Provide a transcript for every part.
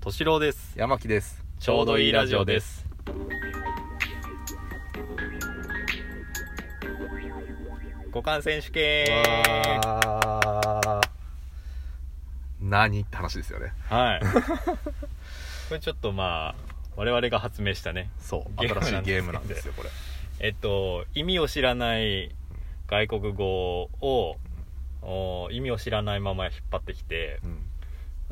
敏郎です山木ですちょうどいいラジオです五感選手権わー何って話ですよね はいこれちょっとまあ我々が発明したねそうゲーム新しないんですけどゲームなんですよこれえっと意味を知らない外国語をお意味を知らないまま引っ張ってきて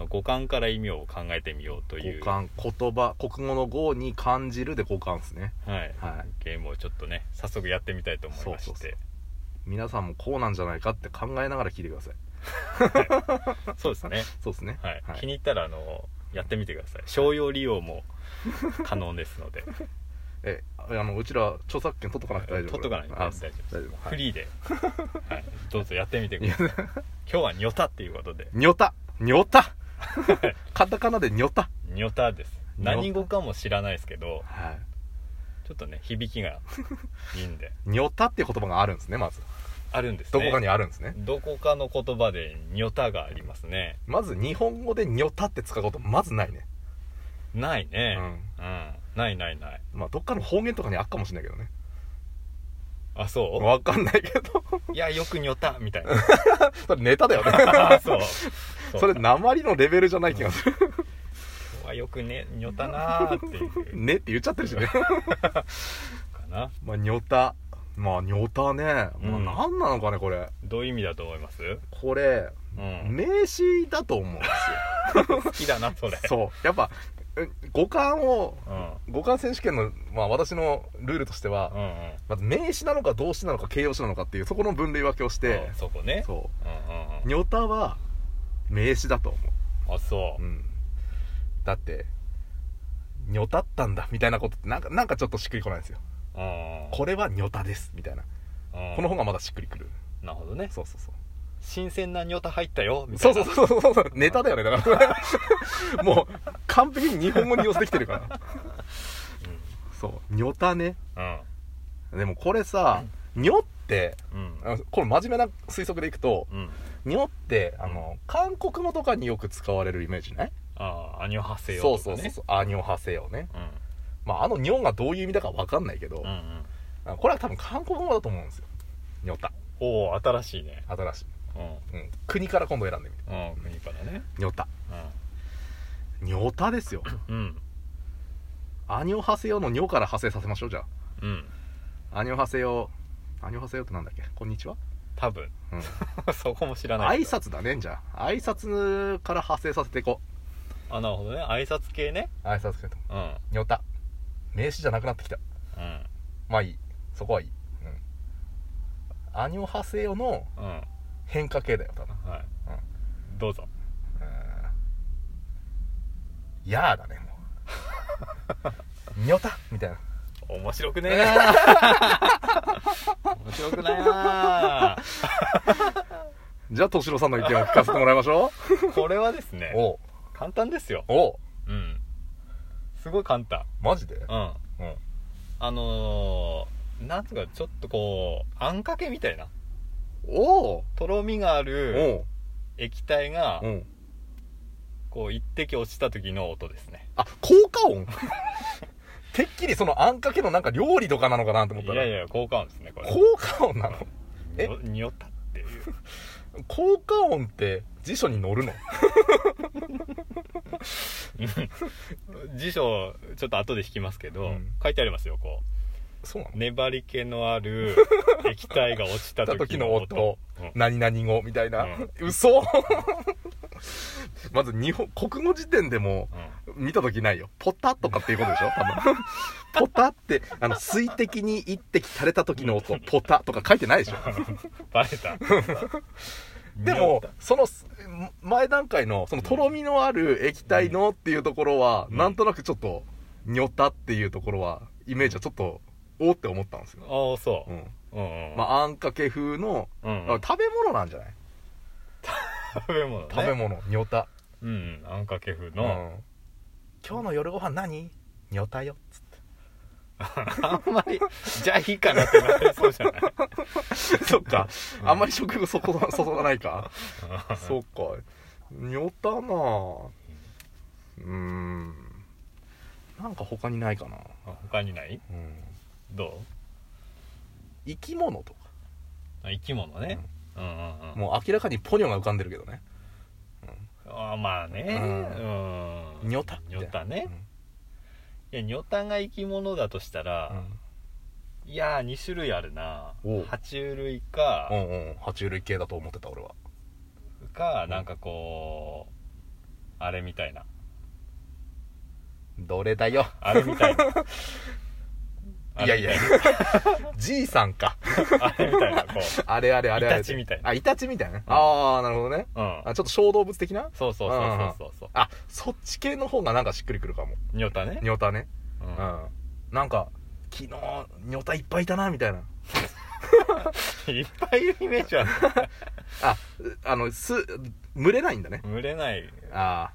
五感から意味を考えてみようという交換言葉国語の語に感じるで交換ですねはい、はいゲームをちょっとね早速やってみたいと思いましてそうそう皆さんもこうなんじゃないかって考えながら聞いてくださいそうですねそうですねはい、はい気に入ったらあのやってみてください商用利用も可能ですの でえあのうちら著作権取っとかなくて大丈夫取っとかないとあ大丈夫です大丈夫フリーで、はい、どうぞやってみてくいだやさい今日はニョタっていうことでにょたにょたカタカナでにょたニョタですニョタ何語かも知らないですけどはいちょっとね響きがいいんでにょたっていう言葉があるんですねまず あるんですどねこかにあるんですねどこかの言葉でニョタがありますねまず日本語で「にょた」って使うことまずないね、ないねううん、ないないないまあどっかの方言とかにあっかもしれないけどねあそわかんないけど ういやよくニョタみたいなそれネタだよねあ そうそれ鉛のレベルじゃない気がするはよくねニョタなーっていうねって言っちゃってるしね かなまあにょたまあにょたね、うんまあ何なのかねこれどういう意味だと思いますうこれん名詞だと思うんです好きだなそれよそうやっぱえ五感をうんうん五感選手権の、まあ、私のルールとしては、うんまず名詞なのか動詞なのか形容詞なのかっていうそこの分類分けをしてあ、そこねそううんうんうんニョタは名詞だと思、あそうううん、だってニョタったんだみたいなことってなんかなんかちょっとしっくりこないんですようんこれはニョタですみたいなうんこの方がまだしっくりくるなるほどねそうそうそう新鮮なニョタ入ったよみたそいうそなうそうそうそう ネタだよねだから もう完璧に日本語に寄せてきてるからそうニョタねうんでもこれさニョってうんあのこれ真面目な推測でいくとうんニョってあの韓国語とかによく使われるイメージねああアニョハセヨそうとかそうそうねそうアニョハセヨねうんまあ、あのニョンがどういう意味だかわかんないけどう、んうんあこれは多分韓国語だと思うんですよ。ニョタ。おお新しいね新しい。うんうん。国から今度選んでみて。うん国からねニョタ。ニョタです よ。うんうんアニョハセヨのニョから派生させましょう、じゃうんあ。アニョハセヨ、アニョハセヨってなんだっけこんにちは多分 うん。そこも知らない挨けど拶だね、じゃあ。挨拶から派生させていこあなるほどね挨拶系ねう。挨拶けど。うんニョタ。名詞じゃなくなってきた。うんまあいい。そこはいい。うん。アニョハセヨのうんは変化形だよ、多分。いどうぞうんやーだね もうにょたみたいな面白くね 面白くないなじゃあ敏郎さんの意見を聞かせてもらいましょこれはですねうおう簡単ですよおううんすごい簡単マジでうんうんあのー、なんつうかちょっとこうあんかけみたいなおうとろみがあるおう液体がうんこう一滴落ちた時の音ですねあ効果音 てっきりそのあんかけのなんか料理とかなのかなと思っいたやらいや効果音ですねこれ効果音なのえににおったっていう効果音って辞書に載るの辞書ちょっと後で引きますけど、うん書いてありますよこうそうなの粘り気のあ る液体が落ちたた時時のの音音何々語みたいな、うん嘘 まず日本国語辞典でもうんうん見た時ないよポタとかっていうことでしょ多分 ポタってあの水滴に一滴垂れた時の音ポタとか書いてないでしょバレた でもそのす前段階のそのとろみのある液体のっていうところは、うんなんとなくちょっとにょたっていうところはイメージはちょっとおーって思ったんですよ、ああそうう、んうんうんまああんかけ風の、うんあ食べ物なんじゃない食べ物ね食べ物にょた、うんうんあんかけ風うんの、今日の夜ご飯何にょたよつってあんまりじゃあいいかなってなりそうじゃ ない そっか、うんあんまり食欲そ こそそがないかそっかにょたなぁうーんなんか他にないかな、あ他にないうん、ど生き物とか、うあ生き物ね、うん、うんうんもう明らかにポニョが浮かんでるけどねあまあねううんニョタニョタね、いやニョタが生き物だとしたうんら、いやー2種類あるなおう爬虫類か、うんうんうん爬虫類系だと思ってた俺はかうんなんかこうあれみたいなどれだよあれみたいな いやいやじいさんかあれみたいなこうあれあれあれイあれタチみたいなあイタチみたいなねああなるほどねうんあちょっと小動物的なそうそうそうそうそうそうあそっち系の方がなんかしっくりくるかもニョタねニョタねうんうんなんか昨日ニョタいっぱいいたなみたいないっぱいいるイメージはあうあの巣群れないんだね群れないあ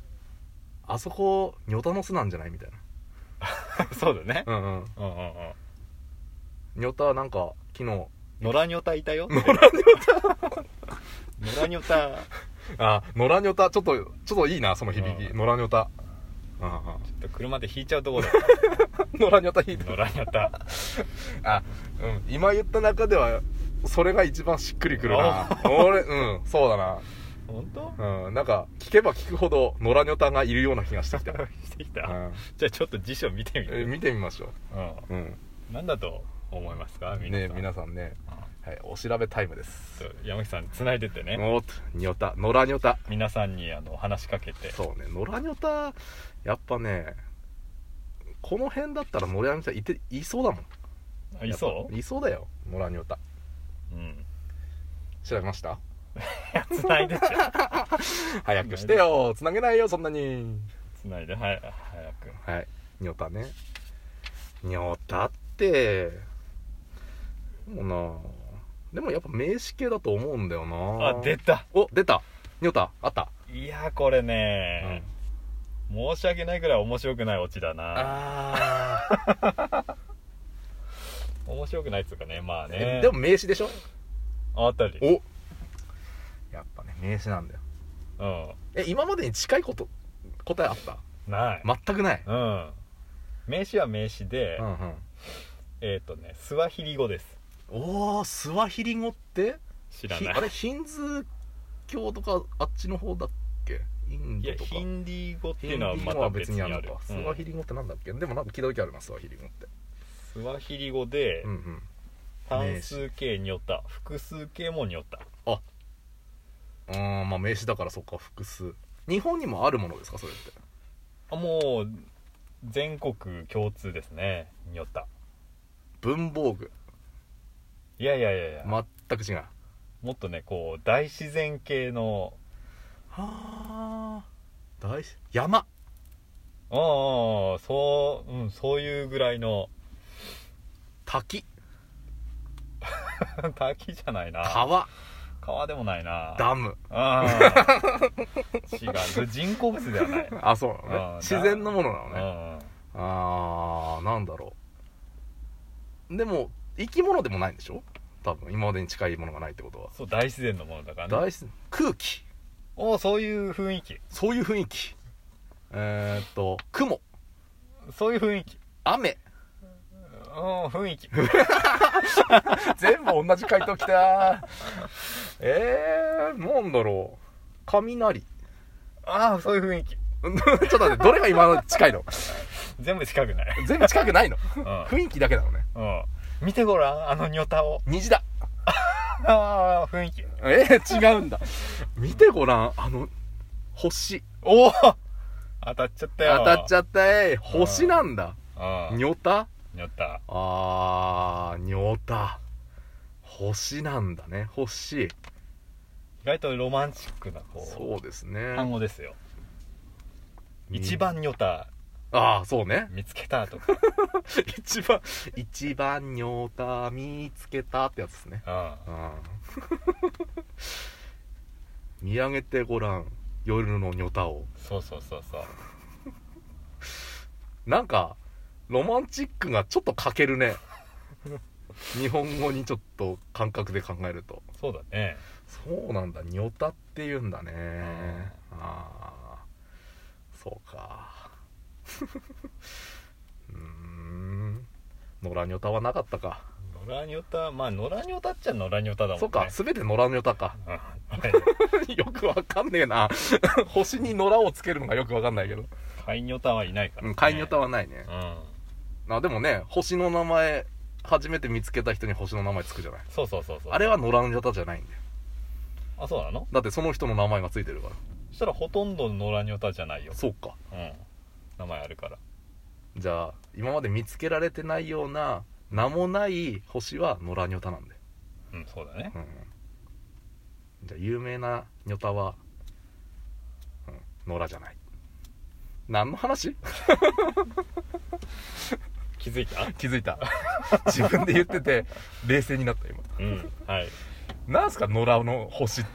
ああそこニョタの巣なんじゃないみたいそうだねなうんうんうんうんうんニョタはなんか昨日野良ニョタいたよ野良ニョタ野良ニョタあ野良ニョタちょっとちょっといいなその響きう野良ニョタうんうんちょっと車で引いちゃうとこだよ野良ニョタ引いて野良ニョタあ、うん、今言った中ではそれが一番しっくりくるな俺うんそうだ本当なうんなんか聞けば聞くほど野良ニョタがいるような気がしてきた、うしてきた、ん、じ ゃあちょっと辞書見てみえる見てみましょうんううん何だと思いますか皆ねさん皆さんね、はい、お調べタイムですちょっと山木さん繋いでてね、おっとニョタ野良ニョタ皆さんにあの話しかけてそうね野良ニョタやっぱねこの辺だったら野良ニョタいていそうだもんあいそいそうだよ野良ニョタううん調べましたいや繋いでち ゃう早くしてよつなげないよそんなに繋いではい早くはいニョタねニョタってもうなでもやっぱ名詞系だと思うんだよなあ出たお出たニョタあった、いやこれうねん、、申し訳ないぐらい面白くないオチだなああ面白くないっつうかねまあね えでも名詞でしょあたりおやっぱね名詞なんだようんえ今までに近いこと答えあったない、全くない、うん名詞は名詞で、うんうん、えっ、とねスワヒリ語ですおおスワヒリ語って知らひなあいれヒンズー教とかあっちの方だっけインいドやとかヒンディー語ってヒいうンデのはィまーた語は別別ににああるのるか、うスんワヒリ語ってなんだっけでもなんか聞いた時あるなスワヒリ語ってスワヒリ語で、うんうん単数形によった複数形もによったうーんまあ名詞だからそっか複数日本にもあるものですかそれってあもう全国共通ですねによった文房具いやいやいやいや、全く違うはもっとねこう大自然系のあ大事山ああそう、うん、そういうぐらいの 滝滝じゃないな川川でもないなダムあー違うそれ人工物ではない、あそうなのうんね自然のものなのうねん、あーなんだろうでも生き物でもないんでしょ多分今までに近いものがないってことはそう大自然のものだからね大事空気おーそういう雰囲気そういう雰囲気えー、っと雲そういう雰囲気雨うん雰囲気全部同じ回答きた えー、なんだろう雷ちああそういう雰囲気ょっと待ってどれが今の近いの全部近くない、全部近くないのうん雰囲気だけなのねうん、見てごらんあのニョタを虹だああ雰囲気えー、違うんだ見てごらんあの星おお当たっちゃったよ当たっちゃゃったえー星なんだったうんニョタニョタあーニョタ星なんだね星意外とロマンチックなこそうですう単ね語ですよ一番ニョタああそうね 見つけたとか、一番一番ニョタ見つけたってやつですねううん見上げてごらん夜のニョタをん、そうそうそうそうなんかロマンチックがちょっと欠けるね日本語にちょっと感覚で考えるとそうだねそうなんだニョタっていうんだね ああそうか野良にょたはなかったか、野良にょたまあ野良にょたっちゃ野良にょただもんねそっか全て野良にょたか うんはいよくわかんねえな 星に野良をつけるのがよくわかんないけど飼いにょたはいないから、うねん飼いにょたはないねうんあでもね星の名前初めて見つけた人に星の名前つくじゃないそうそうそうそうあれは野良の方じゃないんだよあそうなのだってその人の名前がついてるからそしたらほとんど野良にょたじゃないよそうかうん名前あるからじゃあ今まで見つけられてないような名もない星は野良ニョタなんで、うんそうだねうん、じゃあ有名なニョタは、うん、野良じゃない何の話気づいた気づいた 自分で言ってて冷静になった今うんはいなんすか野良の星って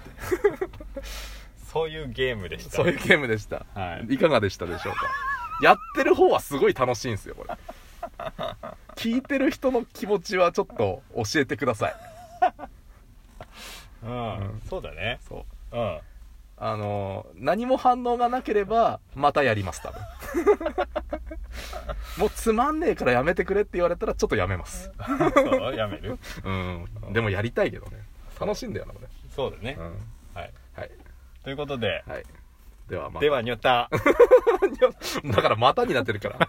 そういうゲームでしたそういうゲームでした、はいいかがでしたでしょうかやってる方はすごい楽しいんですよこれ聞いてる人の気持ちはちょっと教えてくださいうん、うんそうだねそううんあの何も反応がなければまたやります多分 もうつまんねえからやめてくれって言われたらちょっとやめますそうやめるうんでもやりたいけどね楽しいんだよなこれ、そうだね、うん、はいはいということで、はいではまあではにょただからまたになってるから